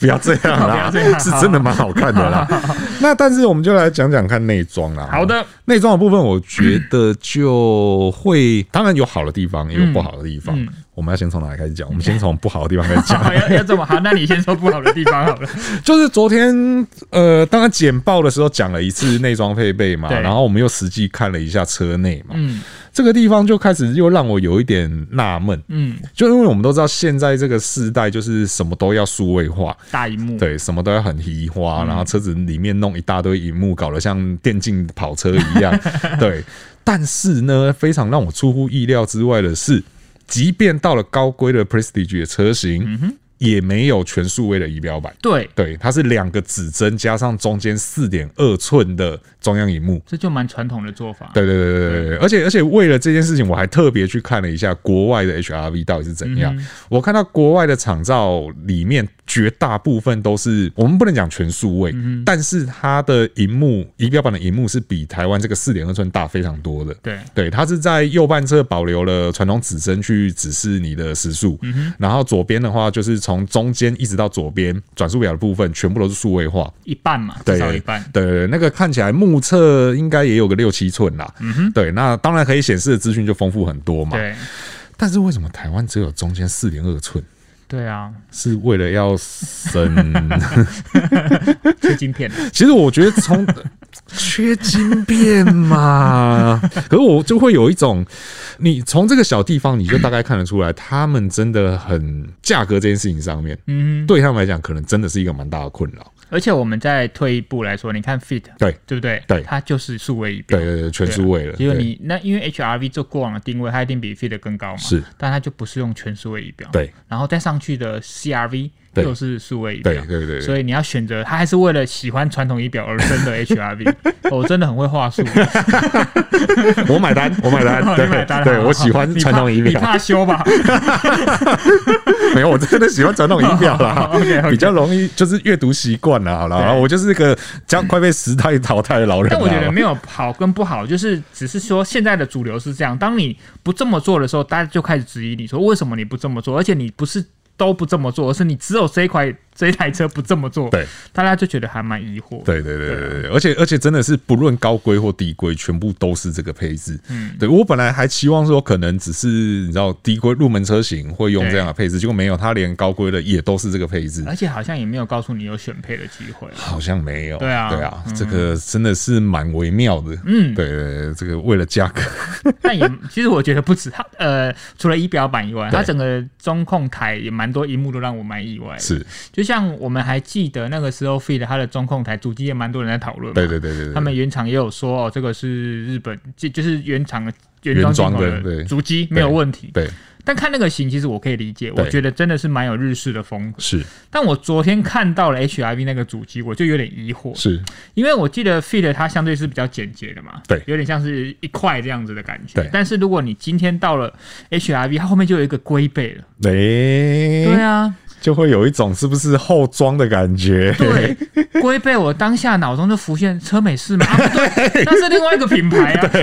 Speaker 1: 不要这样
Speaker 2: 不
Speaker 1: 啦
Speaker 2: 要这，样
Speaker 1: 是真的蛮好看的 啦。那但是我们就来讲讲看内装啦。
Speaker 2: 好的，
Speaker 1: 内装的部分，我觉得就会，当然有好的地方，
Speaker 2: 嗯
Speaker 1: 也有不好的地方。我们要先从哪里开始讲？我们先从不好的地 方开始讲。
Speaker 2: 好，要要这么好，那你先说不好的地方好 了。
Speaker 1: 就是昨天，呃，当然简报的时候讲了一次内装配备嘛，
Speaker 2: 对
Speaker 1: 然后我们又实际看了一下车内嘛，
Speaker 2: 嗯
Speaker 1: 这个地方就开始又让我有一点纳闷，
Speaker 2: 嗯，
Speaker 1: 就因为我们都知道现在这个世代就是什么都要数位化，
Speaker 2: 大荧幕，
Speaker 1: 对，什么都要很移花，然后车子里面弄一大堆荧幕，搞得像电竞跑车一样， 对。但是呢，非常让我出乎意料之外的是，即便到了高规的 Prestige 的车型，也没有全数位的仪表板。
Speaker 2: 对，
Speaker 1: 对，它是两个指针加上中间四点二寸的中央荧幕。
Speaker 2: 这就蛮传统的做法。
Speaker 1: 对对对对对对，而且而且为了这件事情，我还特别去看了一下国外的 HRV 到底是怎样。我看到国外的厂照里面，绝大部分都是我们不能讲全数位，但是它的荧幕仪表板的荧幕是比台湾这个四点二寸大非常多的。
Speaker 2: 对
Speaker 1: 对，它是在右半侧保留了传统指针去指示你的时速，然后左边的话就是从中间一直到左边转速表的部分，全部都是数位化。
Speaker 2: 一半嘛，
Speaker 1: 对
Speaker 2: 至少一半。
Speaker 1: 对对，对那个看起来目测应该也有个六七寸啦。嗯哼，对，那当然可以显示的资讯就丰富很多嘛。
Speaker 2: 对
Speaker 1: 但是为什么台湾只有中间四点二寸？
Speaker 2: 对啊，
Speaker 1: 是为了要省？
Speaker 2: 缺晶片。
Speaker 1: 其实我觉得从缺晶片嘛， 可是我就会有一种，你从这个小地方你就大概看得出来，他们真的很价格这件事情上面，
Speaker 2: 嗯，
Speaker 1: 对他们来讲可能真的是一个蛮大的困扰。
Speaker 2: 而且我们再退一步来说，你看 Fit，
Speaker 1: 对
Speaker 2: 对不对？
Speaker 1: 对
Speaker 2: 它就是数位仪表
Speaker 1: 对。对对，全数位了。
Speaker 2: 啊因为
Speaker 1: 对
Speaker 2: 你那因为 HRV 做过往的定位，它一定比 Fit 更高嘛，
Speaker 1: 是，
Speaker 2: 但它就不是用全数位仪表，
Speaker 1: 对，
Speaker 2: 然后再上去的 CRV
Speaker 1: 对
Speaker 2: 又是数位仪
Speaker 1: 对
Speaker 2: 表，
Speaker 1: 对对对，
Speaker 2: 所以你要选择，它还是为了喜欢传统仪表而 生的 HRV，我、哦、真的很会话术，
Speaker 1: 我买 单，我买单，
Speaker 2: 你买单
Speaker 1: 对对，
Speaker 2: 了好
Speaker 1: 我喜欢
Speaker 2: 你怕
Speaker 1: 传统仪
Speaker 2: 你
Speaker 1: 表，
Speaker 2: 怕修 吧？
Speaker 1: 没有，我真的喜欢传统仪表 啦。
Speaker 2: 哦 OK，OK
Speaker 1: 比较容易就是阅读习惯啦，好啦，
Speaker 2: 对
Speaker 1: 我就是个将快被时代淘汰的老人啦。
Speaker 2: 但我觉得没有好跟不好， 就是只是说现在的主流是这样。当你不这么做的时候，大家就开始质疑你说为什么你不这么做，而且你不是都不这么做，而是你只有这一块这一台车不这么做，
Speaker 1: 对，
Speaker 2: 大家就觉得还蛮疑惑。
Speaker 1: 对对对对对，而且而且真的是不论高规或低规，全部都是这个配置。嗯，对我本来还期望说可能只是你知道低规入门车型会用这样的配置，结果没有，它连高规的也都是这个配置。
Speaker 2: 而且好像也没有告诉你有选配的机会。
Speaker 1: 好像没有，
Speaker 2: 对啊
Speaker 1: 对啊，这个真的是蛮微妙的，嗯，对对对，这个为了价格，
Speaker 2: 哎但也其实我觉得不止它，呃，除了仪表板以外，
Speaker 1: 对
Speaker 2: 它整个中控台也蛮多荧幕都让我蛮意外的。
Speaker 1: 是，
Speaker 2: 就像我们还记得那个时候 Fit 它的中控台主机也蛮多人在讨论嘛。
Speaker 1: 对对对对对，
Speaker 2: 他们原厂也有说哦，这个是日本，就就是原厂的原
Speaker 1: 原
Speaker 2: 装
Speaker 1: 装
Speaker 2: 进口
Speaker 1: 的对
Speaker 2: 的主机没有问题。
Speaker 1: 对
Speaker 2: 但看那个型，其实我可以理解，
Speaker 1: 对
Speaker 2: 我觉得真的是蛮有日式的风格。
Speaker 1: 是
Speaker 2: 但我昨天看到了 HRV 那个主机，我就有点疑惑，
Speaker 1: 是，
Speaker 2: 因为我记得 Fit 它相对是比较简洁的嘛，
Speaker 1: 对
Speaker 2: 有点像是一块这样子的感
Speaker 1: 对
Speaker 2: 觉。但是如果你今天到了 HRV，它后面就有一个龟背了。
Speaker 1: 诶、
Speaker 2: 对啊，
Speaker 1: 就会有一种是不是后装的感觉，
Speaker 2: 对，龟背我当下脑中就浮现车美式 嘛，啊不对，那是另外一个品牌啊。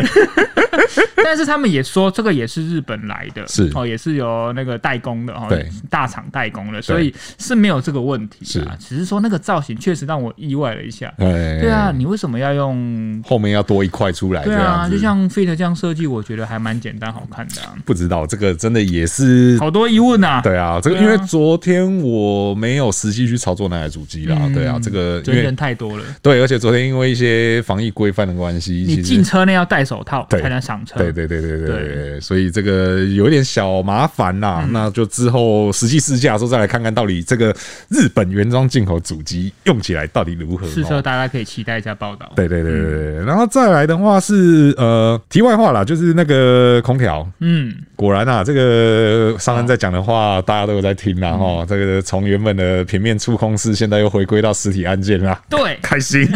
Speaker 2: 但是他们也说这个也是日本来的，
Speaker 1: 是
Speaker 2: 哦，也是由那个代工的哦
Speaker 1: 对，
Speaker 2: 大厂代工的，所以是没有这个问题啊。只是说那个造型确实让我意外了一下。
Speaker 1: 对
Speaker 2: 对啊，，你为什么要用？
Speaker 1: 哎后面要多一块出哎来，这
Speaker 2: 对
Speaker 1: 样
Speaker 2: 啊，
Speaker 1: 子
Speaker 2: 就像 Fit 这样设计，我觉得还蛮简单好看的、啊。
Speaker 1: 不知道这个真的也是
Speaker 2: 好多疑问啊，
Speaker 1: 对啊，这个
Speaker 2: 对
Speaker 1: 因
Speaker 2: 啊
Speaker 1: 为昨天我没有实际去操作那台主机啦，
Speaker 2: 嗯
Speaker 1: 对啊，这个因
Speaker 2: 昨天
Speaker 1: 为
Speaker 2: 人太多了。
Speaker 1: 对，而且昨天因为一些防疫规范的关系，
Speaker 2: 你
Speaker 1: 其
Speaker 2: 进
Speaker 1: 实
Speaker 2: 车内要戴手套
Speaker 1: 对
Speaker 2: 才能上车。
Speaker 1: 对对对对对对
Speaker 2: 对嗯
Speaker 1: 对，所以这个有点小麻烦啦。那就之后实际试驾的时候再来看看到底这个日本原装进口主机用起来到底如何。
Speaker 2: 试
Speaker 1: 哦
Speaker 2: 车大家可以期待一下报道。
Speaker 1: 对对对对对，对然后再来的话是呃，题外话啦，就是那个空调，
Speaker 2: 嗯，哦嗯
Speaker 1: 果然啊，这个商人在讲的话，大家都有在听啦哈。这个从原本的平面触控式，现在又回归到实体按键啦，
Speaker 2: 对，
Speaker 1: 开心。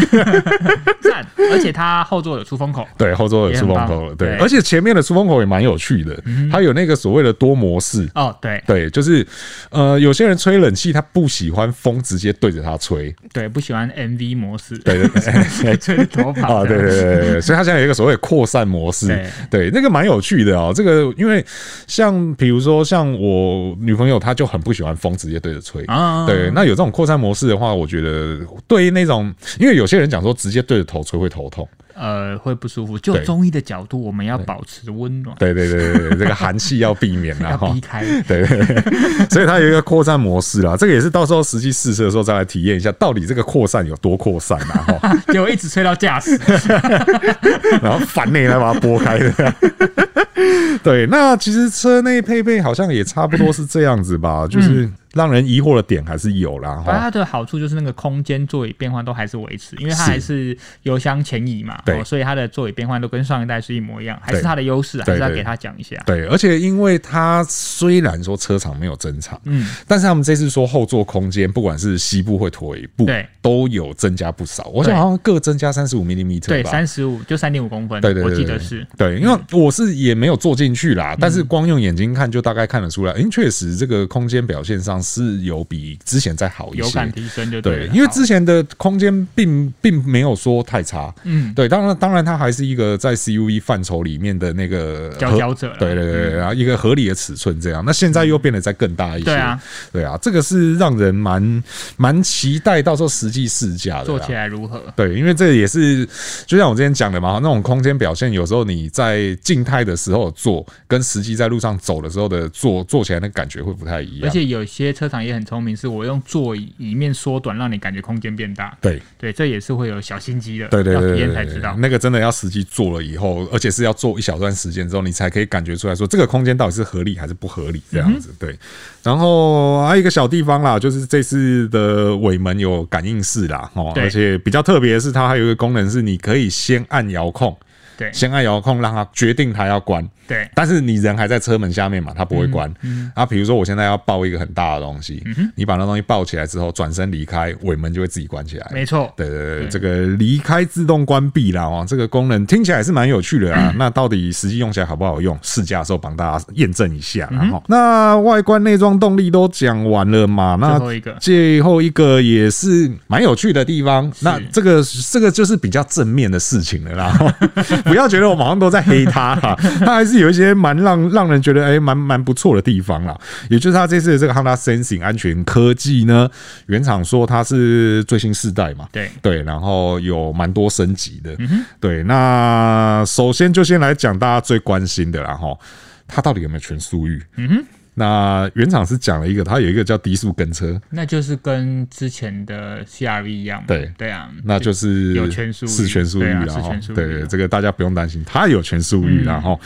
Speaker 2: 赞，而且它后座有出风口，
Speaker 1: 对，后座有出风口
Speaker 2: 也
Speaker 1: 了，
Speaker 2: 很棒
Speaker 1: 对，
Speaker 2: 对嗯
Speaker 1: 而且前面的出风口也蛮有趣的，它有那个所谓的多模式。
Speaker 2: 哦，对
Speaker 1: 对，就是，呃，有些人吹冷气，他不喜欢风直接对着他吹，
Speaker 2: 对，不喜欢 MV 模式，
Speaker 1: 对对 对
Speaker 2: 吹头发
Speaker 1: 啊，对
Speaker 2: 这样
Speaker 1: 对对对对，所以它现在有一个所谓扩散模式
Speaker 2: 对，
Speaker 1: 对，那个蛮有趣的哦。这个因为像比如说像我女朋友，她就很不喜欢风直接对着吹，
Speaker 2: 啊，
Speaker 1: 对，那有这种扩散模式的话，我觉得对于那种，因为有些人讲说直接对着头吹会头痛，
Speaker 2: 呃，会不舒服。就
Speaker 1: 对
Speaker 2: 中医的角度，我们要保持温暖，
Speaker 1: 对对对对对，这个寒气要避免啦
Speaker 2: 要
Speaker 1: 哈
Speaker 2: 避。开。
Speaker 1: 对， 对对所以它有一个扩散模式啦，这个也是到时候实际试车的时候再来体验一下，到底这个扩散有多扩散啊哈。
Speaker 2: 结果一直吹到 驾驶，
Speaker 1: 哦然后反内来把它拨开的。 对，那其实车内配备好像也差不多是这样子吧，
Speaker 2: 嗯
Speaker 1: 就是让人疑惑的点还是有啦。
Speaker 2: 反正
Speaker 1: 哈，
Speaker 2: 它的好处就是那个空间座椅变换都还是维持，因为它
Speaker 1: 是
Speaker 2: 还是油箱前移嘛，
Speaker 1: 对
Speaker 2: 哦所以它的座椅变换都跟上一代是一模一样，还是
Speaker 1: 对
Speaker 2: 它的优势，还是要
Speaker 1: 对对
Speaker 2: 给它讲一下。
Speaker 1: 对，而且因为它虽然说车长没有增长，
Speaker 2: 嗯，
Speaker 1: 但是他们这次说后座空间，不管是膝部或腿部
Speaker 2: 对，
Speaker 1: 都有增加不少。我想好像各增加三十五 mm 米吧。
Speaker 2: 对，三嗯十五就三点五公分，
Speaker 1: 对对对，
Speaker 2: 我记
Speaker 1: 对
Speaker 2: 得是。
Speaker 1: 对，因为我是也没有坐进去啦，但
Speaker 2: 嗯
Speaker 1: 是光用眼睛看就大概看得出来，因为确实这个空间表现上是有比之前再好一
Speaker 2: 有感
Speaker 1: 些。
Speaker 2: 提升就
Speaker 1: 对，
Speaker 2: 了
Speaker 1: 因为
Speaker 2: 好
Speaker 1: 之前的空间并并没有说太差，
Speaker 2: 嗯
Speaker 1: 对，当然当然它还是一个在 CUV 范畴里面的那个
Speaker 2: 佼
Speaker 1: 合
Speaker 2: 佼者啦
Speaker 1: 呃对对对，然后一个合理的尺寸这样。那现在又变得再更大一些，
Speaker 2: 嗯对啊，
Speaker 1: 对啊，这个是让人蛮蛮期待到时候实际试驾的
Speaker 2: 做
Speaker 1: 啦
Speaker 2: 起。来如何？
Speaker 1: 对，因为这也是就像我之前讲的嘛，那种空间表现，有时候你在静态的时候做，跟实际在路上走的时候的做做起来那感觉会不太一样。
Speaker 2: 而且有些车厂也很聪明，是我用座椅椅面缩短，让你感觉空间变大。
Speaker 1: 对
Speaker 2: 对，这也是会有小心机的，
Speaker 1: 对对对
Speaker 2: 要
Speaker 1: 对
Speaker 2: 体验
Speaker 1: 对
Speaker 2: 才
Speaker 1: 对
Speaker 2: 知
Speaker 1: 对
Speaker 2: 道。
Speaker 1: 那个真的要实际做了以后，而且是要做一小段时间之后，你才可以感觉出来说这个空间到底是合理还是不合理这样
Speaker 2: 嗯
Speaker 1: 子。对，然后还有一个小地方啦，就是这次的尾门有感应式啦，哦，
Speaker 2: 对
Speaker 1: 而且比较特别的是，它还有一个功能是你可以先按遥控，
Speaker 2: 对
Speaker 1: 先按遥控让它决定它要关。
Speaker 2: 对，
Speaker 1: 但是你人还在车门下面嘛，它
Speaker 2: 嗯
Speaker 1: 不会关。啊，比如说我现在要抱一个很大的东西，你把那东西抱起来之后，转身离开，尾门就会自己关起来。
Speaker 2: 没错。
Speaker 1: 对对对，这个离开自动关闭啦，哦，这个功能听起来是蛮有趣的 啊。那到底实际用起来好不好用？试驾的时候帮大家验证一下
Speaker 2: 嗯
Speaker 1: 啦。后那外观、内装、动力都讲完了嘛？那
Speaker 2: 最后一个
Speaker 1: 最后一个也是蛮有趣的地方。那这个这个就是比较正面的事情了啦。哦 不要觉得我马上都在黑它啦，它还是有一些蛮让让人觉得哎蛮蛮不错的地方啦。也就是它这次的这个 Honda Sensing 安全科技呢，原厂说它是最新世代嘛，
Speaker 2: 对
Speaker 1: 对，然后有蛮多升级的。
Speaker 2: 嗯
Speaker 1: 对，那首先就先来讲大家最关心的啦哈，它到底有没有全速域？嗯哼。那原厂是讲了一个，它有一个叫低速跟车，
Speaker 2: 那就是跟之前的 CRV 一样嘛。
Speaker 1: 对
Speaker 2: 对啊，
Speaker 1: 那就是
Speaker 2: 有全速域
Speaker 1: 是全速域
Speaker 2: 对啊
Speaker 1: 啦
Speaker 2: 是
Speaker 1: 齁
Speaker 2: 全速域
Speaker 1: 对
Speaker 2: 啊嗯
Speaker 1: 对，这个大家不用担心，它有全速域啦哈。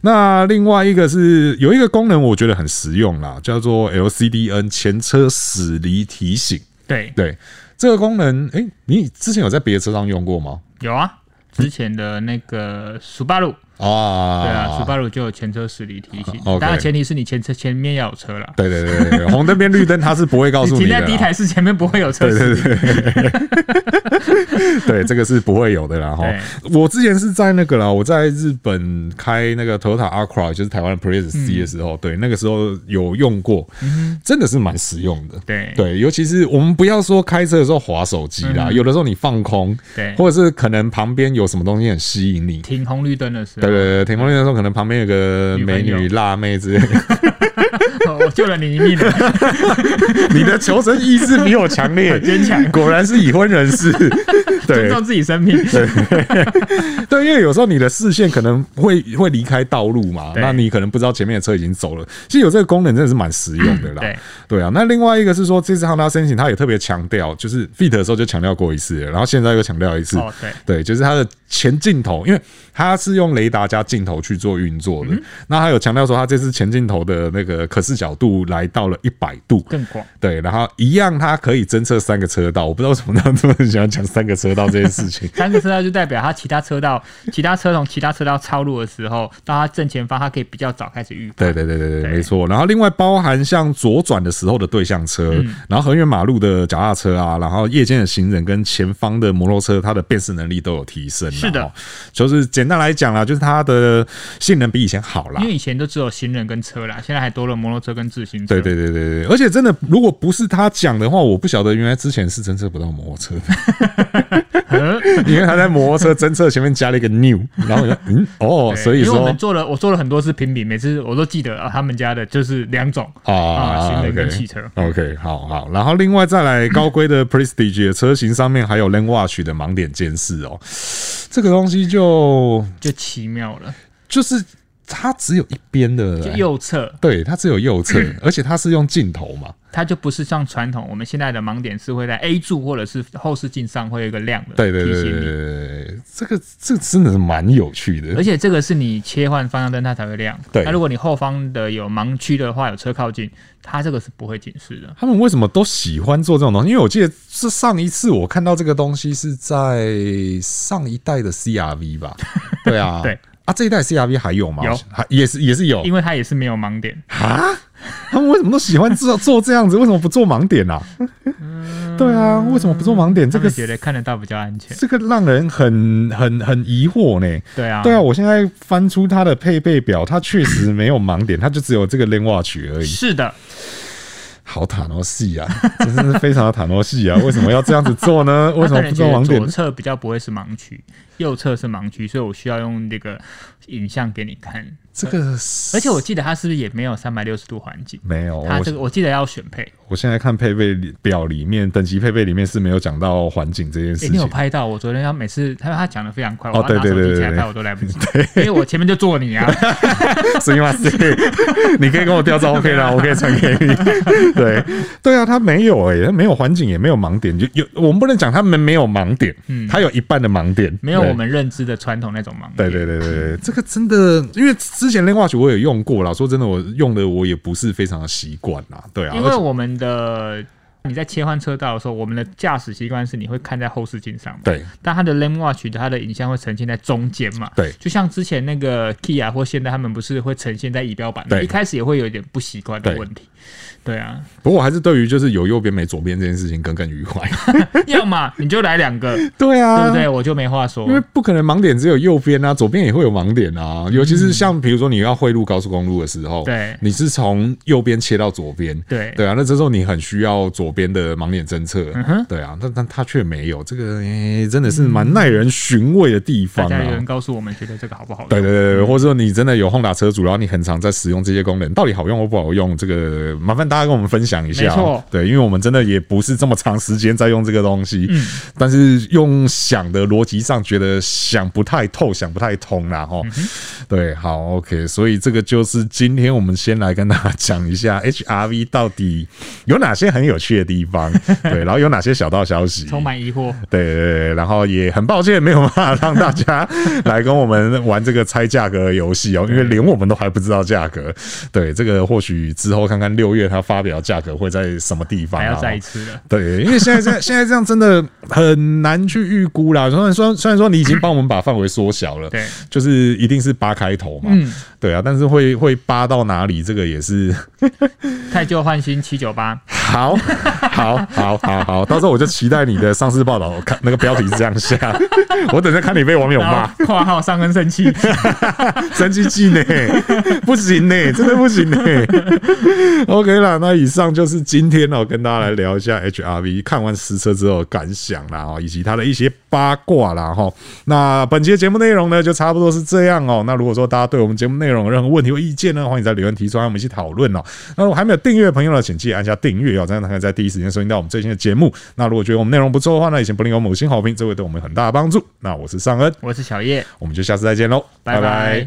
Speaker 1: 那另外一个是有一个功能，我觉得很实用啦，叫做 LCDN 前车驶离提醒。
Speaker 2: 对
Speaker 1: 对这个功能，诶，你之前有在别的车上用过吗？
Speaker 2: 有啊。之前的那个 Subaru，
Speaker 1: 啊，
Speaker 2: 对啊，Subaru 就有前车驶离提醒，
Speaker 1: OK
Speaker 2: 当然前提是你前车前面要有车啦。
Speaker 1: 对对对对对，红灯变绿灯，它是不会告诉你
Speaker 2: 你停
Speaker 1: 的
Speaker 2: 在
Speaker 1: 啦。
Speaker 2: 第一台是前面不会有车驶离，
Speaker 1: 对，这个是不会有的啦哈。我之前是在那个啦，我在日本开那个 Toyota Acura，就是台湾的 Prius C 的时
Speaker 2: 嗯
Speaker 1: 候，对，那个时候有用过，真的是蛮实用的。
Speaker 2: 对嗯
Speaker 1: 对，尤其是我们不要说开车的时候划手机啦，有的时候你放空，
Speaker 2: 对
Speaker 1: 或者是可能旁边有什么东西很吸引你，
Speaker 2: 停红绿灯的时
Speaker 1: 对对对，停红绿灯的时候，可能旁边有个
Speaker 2: 女朋
Speaker 1: 美
Speaker 2: 友
Speaker 1: 女辣妹 之类的，
Speaker 2: 候， 我救了你一命了。
Speaker 1: 你的求生意志比我强烈，
Speaker 2: 坚强
Speaker 1: 果然是已婚人 士。对
Speaker 2: 尊，重自己生命。
Speaker 1: 对，因 为有时候你的视线可能会会离开道路嘛，
Speaker 2: 对
Speaker 1: 那你可能不知道前面的车已经走了。其实有这个功能真的是蛮实用的啦。
Speaker 2: 嗯对
Speaker 1: 啊，那另外一个是说，这次 Honda 申请，它也特别强调，就是 Fit 的时候就强调过一次了，然后现在又强调一次。
Speaker 2: 哦对
Speaker 1: 对，就是它的前镜
Speaker 2: 嗯
Speaker 1: 头，因为它是用雷达加镜头去做运作的。那它有强调说，它这次前镜头的那个可视角度来到了一百度，
Speaker 2: 更广。。
Speaker 1: 对，然后一样它可以侦测三个车道。我不知道为什么他们这么喜欢讲三个车道这件事情
Speaker 2: 三个车道就代表它其他车道，其他车从其他车道超路的时候，到它正前方，它可以比较早开始预判。
Speaker 1: 对对对对对，
Speaker 2: 对
Speaker 1: 没错。然后另外包含像左转的时候的对向车，
Speaker 2: 嗯
Speaker 1: 然后横越马路的脚踏车啊，然后夜间的行人跟前方的摩托车，它的辨识能力都有提升啦。
Speaker 2: 是的
Speaker 1: 哦，就是简单来讲啦，就是它的性能比以前好啦
Speaker 2: 因。为以前都只有行人跟车啦，现在还多了摩托车跟自行车。
Speaker 1: 对对对对对，而且真的，如果不是他讲的话，我不晓得原来之前是侦测不到摩托车的，
Speaker 2: 嗯
Speaker 1: 因为他在摩托车侦测前面加了一个 new，然后我就嗯哦，
Speaker 2: 对
Speaker 1: 所以
Speaker 2: 因为我
Speaker 1: 说
Speaker 2: 们做了，我做了很多次评比，每次我都记得啊，他们家的就是两种
Speaker 1: 哦
Speaker 2: 啊，行人跟
Speaker 1: OK
Speaker 2: 汽车。
Speaker 1: OK，好好，然后另外再来高规 的 Prestige 的车型上面还有 Lane Watch 的盲点监视哦，这个东西就
Speaker 2: 就奇妙了，
Speaker 1: 就是它只有一边的
Speaker 2: 就
Speaker 1: 欸，
Speaker 2: 右侧
Speaker 1: 对，它只有右 侧，而且它是用镜头嘛，
Speaker 2: 它就不是像传统我们现在的盲点是会在 A 柱或者是后视镜上会有一个亮的
Speaker 1: 对对
Speaker 2: 提
Speaker 1: 对
Speaker 2: 醒
Speaker 1: 对
Speaker 2: 你哎
Speaker 1: 对对，对这个这真的是蛮有趣的
Speaker 2: 而，且这个是你切换方向灯它才会亮。
Speaker 1: 对
Speaker 2: 那如果你后方的有盲区的话，有车靠近，它这个是不会警示的。
Speaker 1: 他们为什么都喜欢做这种东西？因为我记得是上一次我看到这个东西是在上一代的 CRV 吧？对啊，
Speaker 2: 对
Speaker 1: 啊，这一代 CRV 还有吗？
Speaker 2: 有
Speaker 1: 还也是也是有
Speaker 2: 因为它也是没有盲点，
Speaker 1: 啊？ 他们为什么都喜欢做做这样子？为什么不做盲点啊？对啊，为什么不做盲点？这
Speaker 2: 这
Speaker 1: 个
Speaker 2: 个嗯觉得看得到比较安全。
Speaker 1: 这个让人很很很疑惑呢。
Speaker 2: 对啊，
Speaker 1: 对啊，，我现在翻出它的配备表，它确实没有盲点，它就只有这个 Lane Watch 而 已。
Speaker 2: 是的，
Speaker 1: 好塔诺系啊，真是非常的塔诺系啊！为什么要这样子做呢？为
Speaker 2: 它
Speaker 1: 什么
Speaker 2: 可能
Speaker 1: 不
Speaker 2: 觉
Speaker 1: 做
Speaker 2: 得
Speaker 1: 盲点
Speaker 2: 左？侧比较不会是盲区，右侧是盲区，所以我需要用这个影像给你看。
Speaker 1: 这个是，
Speaker 2: 而且我记得它是不是也没有三百六十度环境？
Speaker 1: 没有，
Speaker 2: 它
Speaker 1: 我
Speaker 2: 这个我记得要选配，
Speaker 1: 我现在看配备里表里面，等级配备里面是没有讲到环境这件事
Speaker 2: 诶你有
Speaker 1: 情。
Speaker 2: 拍到？我昨天要每次他他讲的非常快，我
Speaker 1: 哦
Speaker 2: 要拿
Speaker 1: 对对对
Speaker 2: 手机起来
Speaker 1: 对
Speaker 2: 拍
Speaker 1: 对
Speaker 2: 我都来不及，因为我前面就坐 你啊。
Speaker 1: 所以嘛，是你可以跟我调照片啦，我可以传给 你。对对啊，它没有哎、它没有环境，也没有盲点，就有我们不能讲他们没有盲点，嗯，它有一半的盲点，
Speaker 2: 没有
Speaker 1: 对
Speaker 2: 我。们认知的传统那种盲
Speaker 1: 对
Speaker 2: 点。
Speaker 1: 对对对对，这个真的，因为之前 l a n g Watch 我也用过啦，说真的，我用的我也不是非常的习惯啦，对啊，
Speaker 2: 因
Speaker 1: 而
Speaker 2: 为
Speaker 1: 且
Speaker 2: 我们的你在切换车道的时候，我们的驾驶习惯是你会看在后视镜上嘛，
Speaker 1: 对
Speaker 2: 但它的 Lane Watch 它的影像会呈现在中间嘛，
Speaker 1: 对
Speaker 2: 就像之前那个 Kia 或现在他们不是会呈现在仪表板，
Speaker 1: 对
Speaker 2: 一开始也会有一点不习惯的
Speaker 1: 对
Speaker 2: 问题，对啊，
Speaker 1: 不过我还是对于就是有右边没左边这件事情耿耿于怀。
Speaker 2: 要么你就来两个，
Speaker 1: 对啊，
Speaker 2: 对不对？我就没话说
Speaker 1: 因，为不可能盲点只有右边啊，左边也会有盲点啊。尤其是像比如说你要汇入高速公路的时候，
Speaker 2: 嗯对
Speaker 1: 你是从右边切到左边，
Speaker 2: 对
Speaker 1: 对啊，那这时候你很需要左边的盲点侦测，
Speaker 2: 嗯哼
Speaker 1: 对啊，但但他却没有，这个、诶真的是蛮耐人寻味的地
Speaker 2: 大
Speaker 1: 方
Speaker 2: 家有人
Speaker 1: 啊。
Speaker 2: 告诉我们觉得这个好不好用？嗯
Speaker 1: 对对对对，或者说你真的有 Honda 车主，然后你很常在使用这些功能，到底好用或不好用？这个麻烦大家跟我们分享一下
Speaker 2: 没
Speaker 1: 哦、
Speaker 2: 错
Speaker 1: 对，因为我们真的也不是这么长时间在用这个东西，
Speaker 2: 嗯
Speaker 1: 但是用想的逻辑上觉得想不太透，想不太通啦
Speaker 2: 嗯
Speaker 1: 哈。对，好，OK，所以这个就是今天我们先来跟大家讲一下 HRV 到底有哪些很有趣的地 方，对，然后有哪些小道消息，
Speaker 2: 充满疑惑，
Speaker 1: 对对对，然后也很抱歉没有办法让大家来跟我们玩这个猜价格游戏哦，因为连我们都还不知道价格。对，这个或许之后看看六月它发表价格会在什么地方、啊，
Speaker 2: 还要再一次了。
Speaker 1: 对，因为现在这样现在这样真的很难去预估啦。虽然说虽然说你已经帮我们把范围缩小了，
Speaker 2: 对
Speaker 1: 就是一定是八开头嘛，
Speaker 2: 嗯
Speaker 1: 对啊，但是会会八到哪里，这个也是
Speaker 2: 太旧换新七九八，
Speaker 1: 好，好，好，好，好，到时候我就期待你的上市报道，我看那个标题是这样下， 我等着看你被网友
Speaker 2: 然
Speaker 1: 骂，
Speaker 2: 后括号上跟生气，
Speaker 1: 神经技呢，不行呢，真的不行呢。OK 啦，那以上就是今天哦，跟大家来聊一下 HRV 看完实车之后的感想啦，哦，以及它的一些八卦啦，哈。那本期的节目内容呢，就差不多是这样哦。那如果说大家对我们节目内容有任何问题或意见呢，欢迎在留言提出，让我们一起讨论哦。那如果还没有订阅的朋友呢，请记得按下订阅哦，这样才能在第一时间收听到我们最新的节目。那如果觉得我们内容不错的话呢，也请不吝给我们五星好评，这会对我们有很大的帮助。那我是尚恩，
Speaker 2: 我是小叶，
Speaker 1: 我们就下次再见喽，
Speaker 2: 拜拜